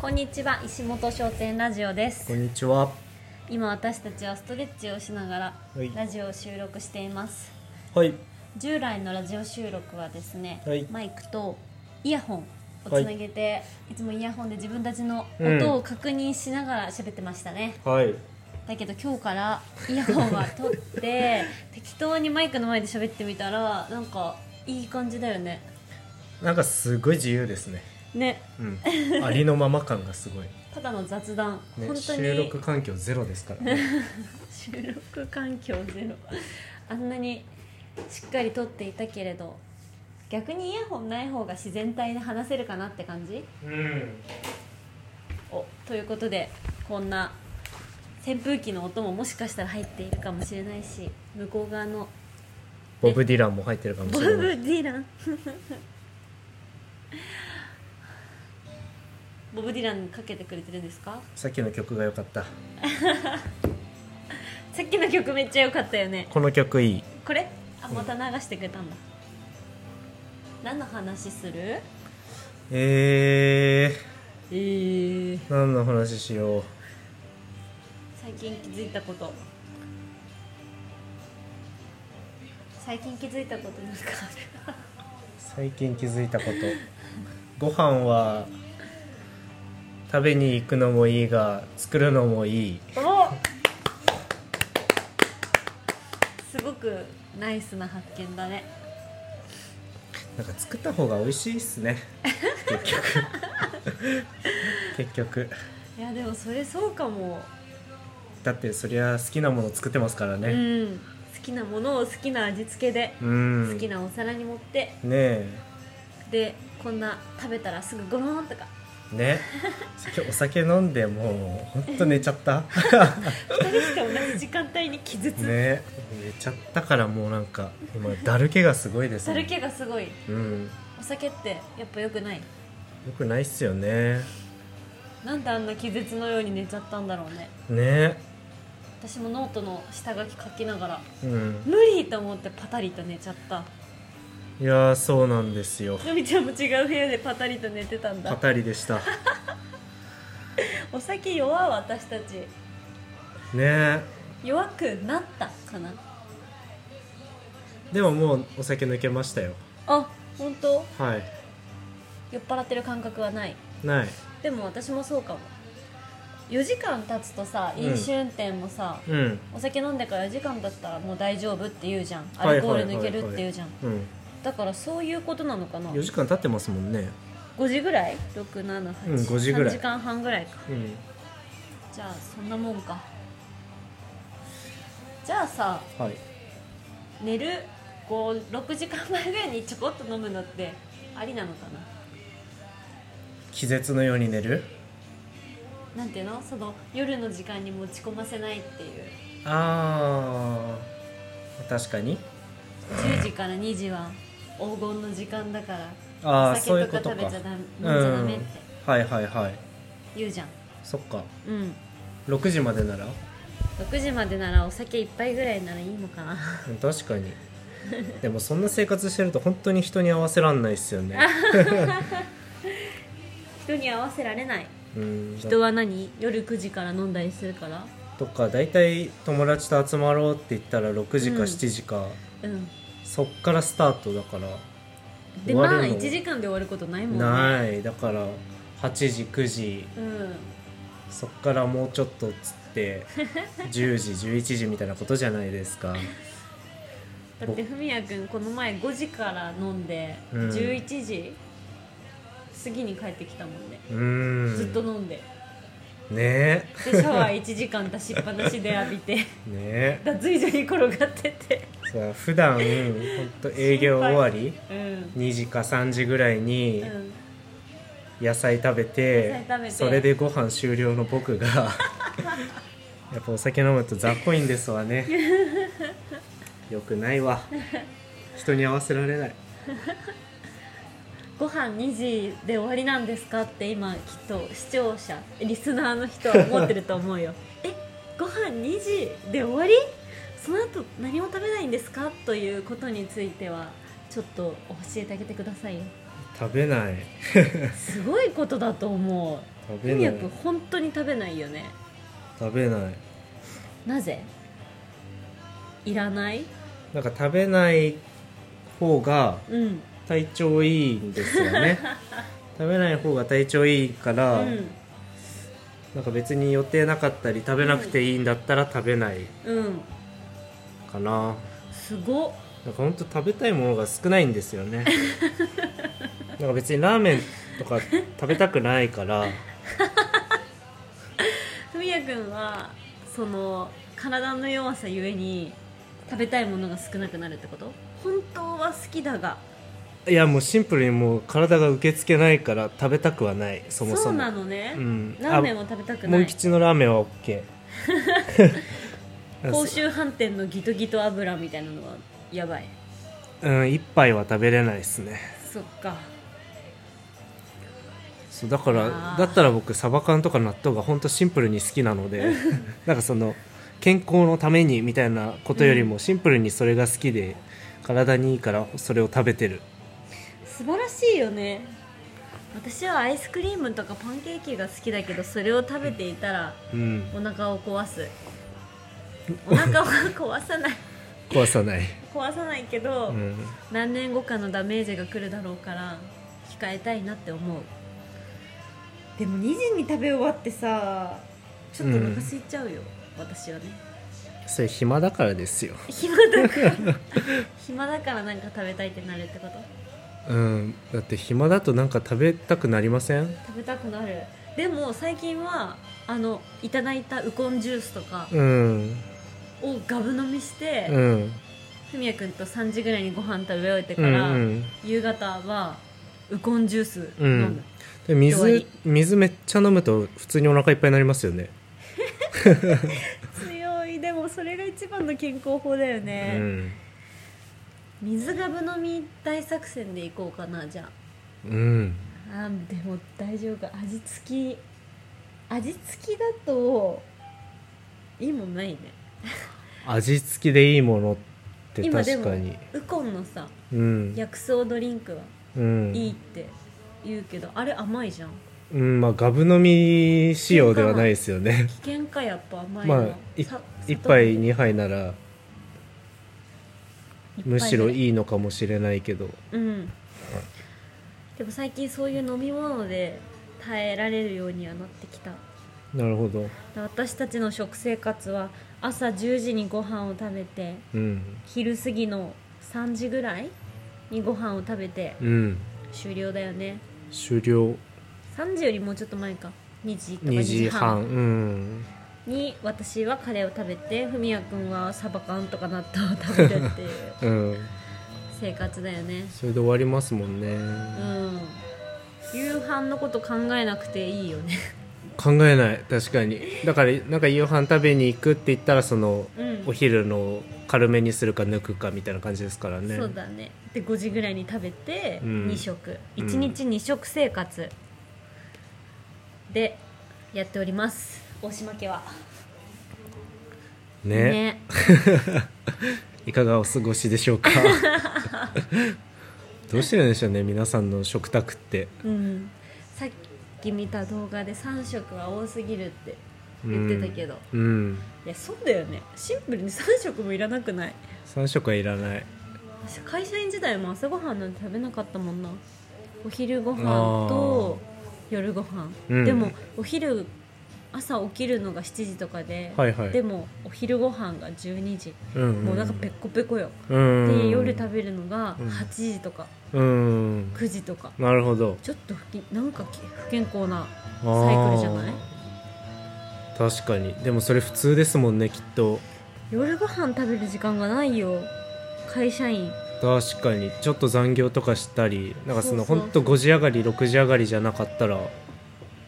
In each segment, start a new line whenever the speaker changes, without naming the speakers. こんにちは石本商店ラジオです
こんにちは。
今私たちはストレッチをしながら
はい
ラジオを収録しています
はい。
従来のラジオ収録はですね、
はい
マイクとイヤホンをつなげて、い、つもイヤホンで自分たちの音を確認しながら喋ってましたね、
はい。
だけど今日からイヤホンは取って 適当にマイクの前で喋ってみたらなんかいい感じだよね
なんかすごい自由ですね。
ね
うん。 ありのまま感がすごい。
ただの雑談、
ね、
本当に
収録環境ゼロですからね。
収録環境ゼロあんなにしっかり撮っていたけれど逆にイヤホンない方が自然体で話せるかなって感じ
うん。
おということでこんな扇風機の音ももしかしたら入っているかもしれないし向こう側の
ボブ・ディランも入ってるかも
ボ
し
ブ・
れ
デ
な
ィ
い。
ランボブ・ディランかけてくれてるんですか
さっきの曲が良かった。
さっきの曲めっちゃ良かったよね
この曲いい。
これあまた流してくれたんだ何の話する
え
えー、
ー、何の話しよう。
最近気づいたこと最近気づいたことなんかある
最近気づいたこと。ご飯は食べに行くのもいいが、作るのもいい。
おすごくナイスな発見だね
なんか作った方が美味しいっすね。 結局。結局。
いやでもそれそうかも、
だってそりゃ好きなもの作ってますから
う
ね
ん好きなものを好きな味付けで、
うん
好きなお皿に盛って
ねえ
でこんな食べたらすぐゴローンとか
ねさっきお酒飲んでもうほんと寝ちゃった
2人して同じ時間帯に気絶
ね寝ちゃったからもうなんか今だるけがすごいです
さる気がすごい
うんよ
お酒ってやっぱ良くない
くないっすよね
なんであんな気絶のように寝ちゃったんだろうね
ね
私もノートの下書き書きながら
うん
無理と思ってパタリと寝ちゃった
いやーそうなんですよ
のびちゃんも違う部屋でパタリと寝てたん
パ
だ
タリでした
お酒弱い私たち
ね
弱くなったかな
でももうお酒抜けましたよ
あ本当
はい
酔っ払ってる感覚はない
ない
でも私もそうかも4時間経つとさ
うん
飲酒運転もさ、
うん
お酒飲んでから4時間経ったらもう大丈夫って言うじゃんア
はい
ルコール抜けるって言うじゃん
うん
だからそういうことなのかな
4時間経ってますもんね
5時ぐらい ?678、
うん5時ぐらい
3時間半ぐらいか
うん
じゃあそんなもんかじゃあさ
はい
寝る56時間前ぐらいにちょこっと飲むのってありなのか
気絶のように寝る
ななんていうのその夜の時間に持ち込ませないっていう
あー確かに
10時から2時は黄金の時間だから
あ
お
あそうい
酒
う
と
こ
か食べ
とか
ちゃダメ飲ん
う
じゃダメって
んはいはいはい
言うじゃん
そっか
うん
6時までなら
6時までならお酒1杯ぐらいならいいのか な
うん確かにでもそんな生活してると本当に人に合わせらんないっすよね
人に合わせられない
うん
人は何夜9時から飲んだりするから
とか大体友達と集まろうって言ったら6時か
うん
7時か、
うん
そっからスタートだから
で
終
ま
わ
あ
るの
1時間で終わることないもんね
ないだから8時9時
うん
そっからもうちょっとっつって 10時11時みたいなことじゃないですか
だってふみやくんこの前5時から飲んで、
うん
11時過ぎに帰ってきたもんね、
うん
ずっと飲んで
ね
でシャワー1時間出しっぱなしで浴び て
えね
脱衣所に転がってて
えさあ普段本当営業終わり
うん
2時か3時ぐらいに
うん
野菜食べて,、
野菜食べて
それでご飯終了の 僕がやっぱお酒飲むと雑魚いんですわねよくないわ人に合わせられない
ご飯2時で終わりなんですかって今きっと視聴者リスナーの人は思ってると思うよ えご飯2時で終わりその後何も食べないんですかということについてはちょっと教えてあげてくださいよ
食べない
すごいことだと思う
食
ふ
べ
み
な
や
い
くん本当に食べないよね
食べない
なぜいらない
なんか食べない方が
うん
体調いいんですよ ね食べない方が体調いいから、
うん
なんか別に予定なかったり食べなくていいんだったら食べない
うん
かな、
すごっ
なんか本当食べたいものが少ないんですよねなんか別にラーメンとか食べたくないから
ふみやくんはその体の弱さゆえに食べたいものが少なくなるってこと本当は好きだが
いやもうシンプルにもう体が受け付けないから食べたくはないそもそも
うなのね、
うん
ラーメンも食べたく
モ
な
ン
い
吉のラーメンは OK
甲州飯店のギトギト油みたいなのはやばい
うん一杯は食べれないですね
そっか
そうだか
あ
ら
ー
だったら僕サバ缶とか納豆が本当シンプルに好きな のでなんかその健康のためにみたいなことよりもシンプルにそれが好きで体にいいからそれを食べてる
素晴らしいよね私はアイスクリームとかパンケーキが好きだけどそれを食べていたら
うん
お腹を壊すお腹は壊さない
壊さない、
壊さないけど、
うん、
何年後かのダメージが来るだろうから控えたいなって思うでも2時に食べ終わってさちょっとお腹空いちゃうよ、私はね
それ暇だからですよ
暇だ から暇だからなんか食べたいってなるってこと
うんだって暇だとなんか食べたくなりません
食べたくなるでも最近はあのいただいたウコンジュースとか
うん
をガブ飲みして
うん
ふみやくんと3時ぐらいにご飯食べ終えて
う
か
ん
ら、
うん
夕方はウコンジュース
う
飲む
ん、で
終わ
水
り
水めっちゃ飲むと普通にお腹いっぱいになりますよね
強いでもそれが一番の健康法だよね、
うん
水がぶ飲み大作戦でいこうかなじゃ
うん
ああーでも大丈夫か味付き味付きだといいもんないね
味付きでいいものって
今で
確
も
かに
ウコンのさ
うん
薬草ドリンクは
うん
いいって言うけど、あれ甘いじゃん
うんまあガブ飲み仕様ではないですよね
危険かやっぱ甘いの、
まあい
さ
1杯
砂
2杯なら
糖
むしろ
い
いいのかもしれないけど
うんでも最近そういう飲み物で耐えられるようにはなってきた
なるほど
私たちの食生活は朝10時にご飯を食べて
うん
昼過ぎの3時ぐらいにご飯を食べて
うん
終了だよね
終了
3時よりもうちょっと前か2時とか
2
2
時
時
半
半
うん
に私はカレーを食べてふみやくんはサバ缶とか納豆を食べるっていう
うん
生活だよね
それで終わりますもんね、
うん夕飯のこと考えなくていいよね
考えない確かにだからなんか夕飯食べに行くって言ったらその、
うん
お昼の軽めにするか抜くかみたいな感じですからね
そうだねで5時ぐらいに食べて
うん
2食、
うん
1日2食生活でやっております大島家は
ねいかがお過ごしでし ょうかどうしてるんでしょうね皆さんの食卓って
うん、さっき見た動画で3食は多すぎるって言ってたけど、
うん、うん、
いやそうだよねシンプルに3食もいらなくない
3食はいらない
私会社員時代も朝ごはんなんて食べなかったもんなお昼ご飯と夜ご飯、
うん
でもお昼朝起きるのが7時とかで、
はいはい
でもお昼ご飯が12時、
うん
もうなんかペッコペコよ、
うん
で夜食べるのが
うん
8時とか
うん
9時とか、
なるほど
ちょっと不きなんかき不健康な
サ
サイクルじゃない
確かにでもそれ普通ですもんねきっと
夜ご飯食べる時間がないよ会社員
確かにちょっと残業とかしたりなんかその
そうそう
ほんと5時上がり6時上がりじゃなかったら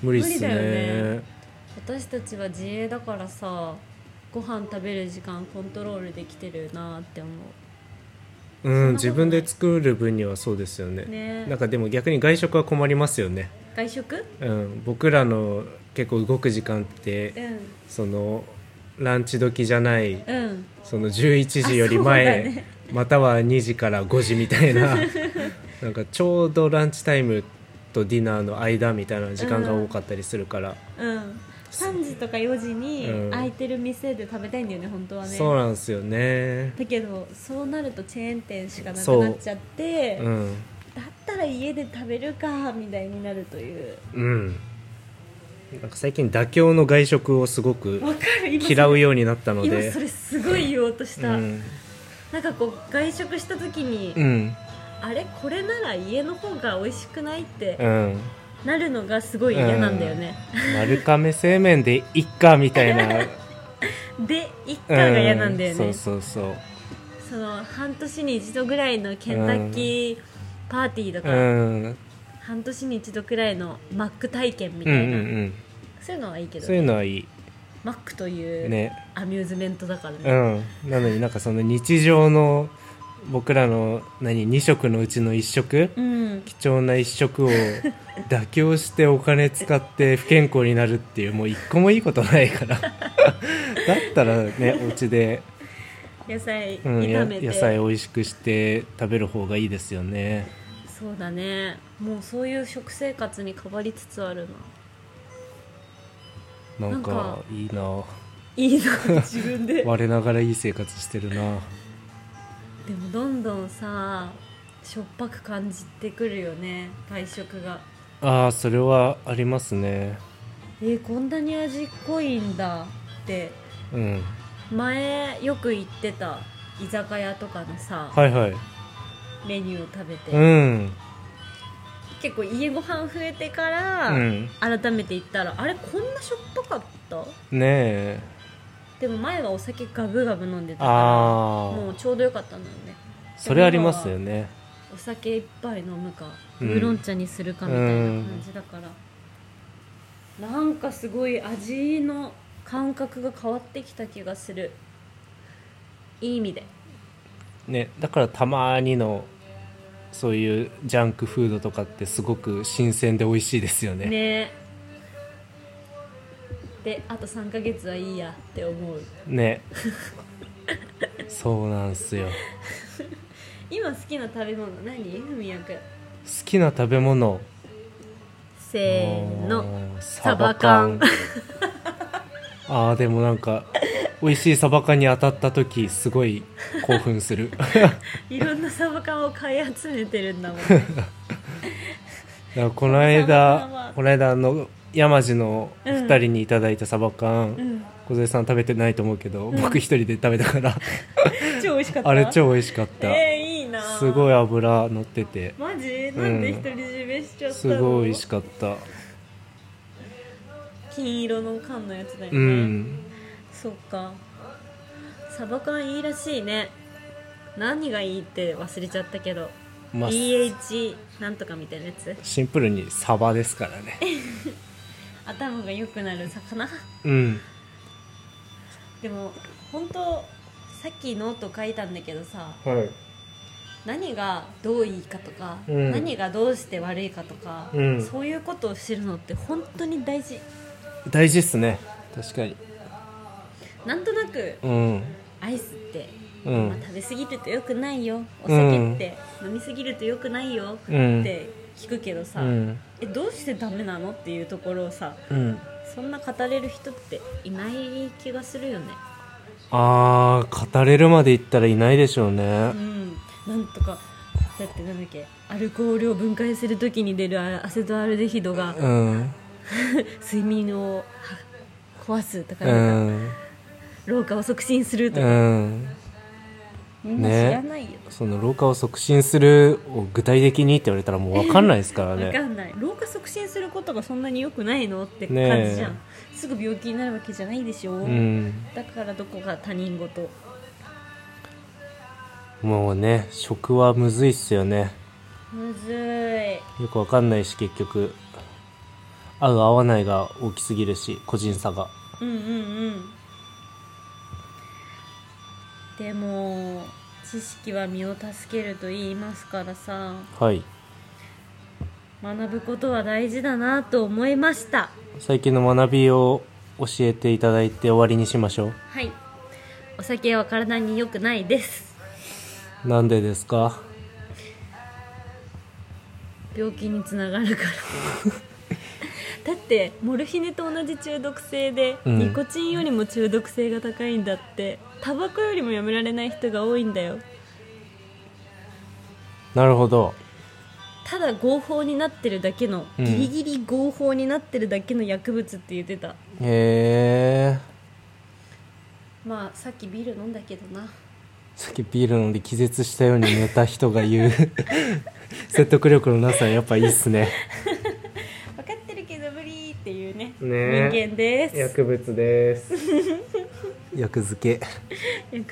無理っすね
無理だよね私たちは自営だからさご飯食べる時間コントロールできてるなって思
うん自分で作る分にはそうですよね
うね
なんかでも逆に外食は困りますよね、
外食
うん、僕らの結構動く時間って
うん
そのランチ時じゃない
うん
その11時より
あそうだ
前、
ね
または2時から5時みたいな なんかちょうどランチタイムとディナーの間みたいな時間が多かったりするから、
うん3時とか4時
うん
に空いてる店で食べたいんだよね本当はね
そうなんですよね
だけどそうなるとチェーン店しかなくなっちゃって、
うん
だったら家で食べるかみたいになるという
うんなんか最近妥協の外食をすごく
わかる今それ
嫌うようになったの
今
で
それすごい言おうとし
う
た、
ん、
なんかこう外食した時に、
うん
あれこれなら家の方が美味しくないって
うん、
なるのがすごい嫌なんだよね、
丸亀製麺でいっかみた いな
で一家が嫌なんだよね、
うんそうそうそう
その半年に一度ぐらいのケンタッキーパーティーと
う
か、
ん
半年に一度くらいのマック体験み
う
た
んう
い
ん
な、
うん
そういうのはいいけど
そういうのはい
マックと
い
いう、
ね
アミューズメントだからね、
うんなのになんかその日常の僕らの何2食のうちの1食
うん、
貴重な1食を 妥協してお金使って不健康になるっていうもう一個もいいことないか らだったらねお家で、
野菜
うん、や
炒めて、
野菜美味しくして食べる方がいいですよね
そうだねもうそういう食生活に変わりつつあるな
なん
な
か
んか
いいない
いな自分 で
我ながらいい生活してるな
でもどんどんさしょっぱく感じてくるよね外食が
ああそれはありますね
えーこんなに味濃いんだって
うん
前よく行ってた居酒屋とかのさ、
はいはい
メニューを食べて、
うん
結構家ご飯増えてから、
うん
改めて行ったらあれこんなしょっぱかった
ねえ
でも前はお酒ガブガブ飲んでたか
あ
らも
あ
うちょうどよかったんだよね
それありますよね
お酒いっぱい飲むか
う
ウ
ん
ーロン茶にするかみたいな感じだから、なんかすごい味の感覚が変わってきた気がするいい意味で
ねだからたまにのそういうジャンクフードとかってすごく新鮮で美味しいですよねね
ねであと3ヶ月はいいやって思う
そうなんすよ好
今好きな食べ物何ふみやくん
きな食べ物
せーの
あー
サバ缶
サバ缶あーでもなんか美味しいサバ缶に当たった時すごい興奮する
いろんなサバ缶を買い集めてるんだもん
なんかこの
サバ缶
間
は
この間あの山路の2人にいただいたサバ缶、
うん
小杉さん食べてないと思うけど、僕一人で食べたから
超美味しかった
あれ超美味しかった、
えー、いいな
すご
い
い油乗ってて
マジなんで独り占めしちゃった
す
の、
ごい美味しかった
金色の缶のやつだよ
う
ね、
ん
そっかサバ缶いいらしいね何がいいって忘れちゃったけど、
まあ
EH なんとかみたいなやつ
シンプルにサバですからね
頭が良くなる魚
うん
でも本当さっきノート書いたんだけどさ
はい
何がどういいかとか、
うん
何がどうして悪いかとか、
うん
そういうことを知るのって本当に大事
大事っすね確かに
なんとなく
うん
アイスって、
うん
まあ、食べ過ぎると良くないよお酒って飲み過ぎると良くないよっ
うん
て聞くけどさ、
うん
えどうしてダメなのっていうところをさ
うん
そんな語れる人っていない気がするよね
あー語れるまでいったらいないでしょうね
うんなんとかだってなんだっけアルコールを分解するときに出るアアセトアルデヒドが
うん
睡眠をは壊すとか
う
なんか
ん
老化を促進すると
う
か、
ん
みんな知らないよ、
その老化を促進するを具体的にって言われたらもう分かんないですから
わか
ね
んない老化促進することがそんなに良くないのって感
ねえ
じじゃん、すぐ病気になるわけじゃないでしょ、
うん
だからどこが他人事
もうね食はむずいっすよね
むずい
よくわかんないし結局合う合わないが大きすぎるし個人差が
うんうんうんでも知識は身を助けると言いますからさ
はい
学ぶことは大事だなと思いました
最近の学びを教えていただいて終わりにしましょ
はいお酒は体に良くないです
うなんでですか
病気につながるから だってモルヒネと同じ中毒性で、
うん
ニコチンよりも中毒性が高いんだってタバコよりもやめられない人が多いんだよ
なるほど
ただ合法になってるだけの、
うん
ギリギリ合法になってるだけの薬物って言ってた
へえ
まあさっきビール飲んだけどな
さっきビール飲んで気絶したように寝た人が言う 説得力のなさやっぱいいっすね
分かってるけど無理っていうね
ね
人間です
物です薬漬け
薬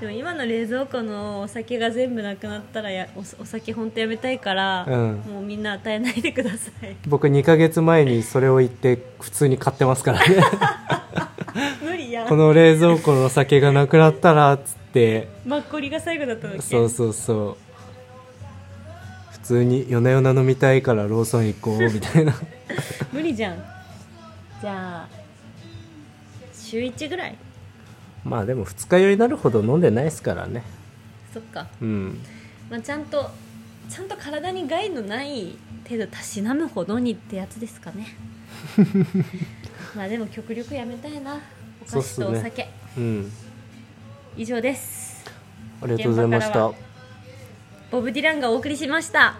剤でも今の冷蔵庫のお酒が全部なくなったらやおお酒ほんとやめたいから、
うん
もうみんな与えないでください
僕2ヶ月前にそれを言って普通に買ってますから ね
無理や
こ
ん
の冷蔵庫の酒がなくなったらっつって
マッコリが最後だったんだっけ
そうそうそう普通に夜な夜な飲みたいからローソン行こうみ たいな
無理じゃんじゃあ週1ぐらい
まあでも二日酔いになるほど飲んでないですからね
そっか、
うん
まあ、ちゃんとちゃんと体に害のない程度たしなむほどにってやつですか ねまあでも極力やめたいなお菓
そう
子
っすね
とお酒、
うん
以上です
ありがとうございまし
現場か
た
らボブ・ディランがお送りしました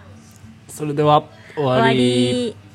それでは終わり
終わり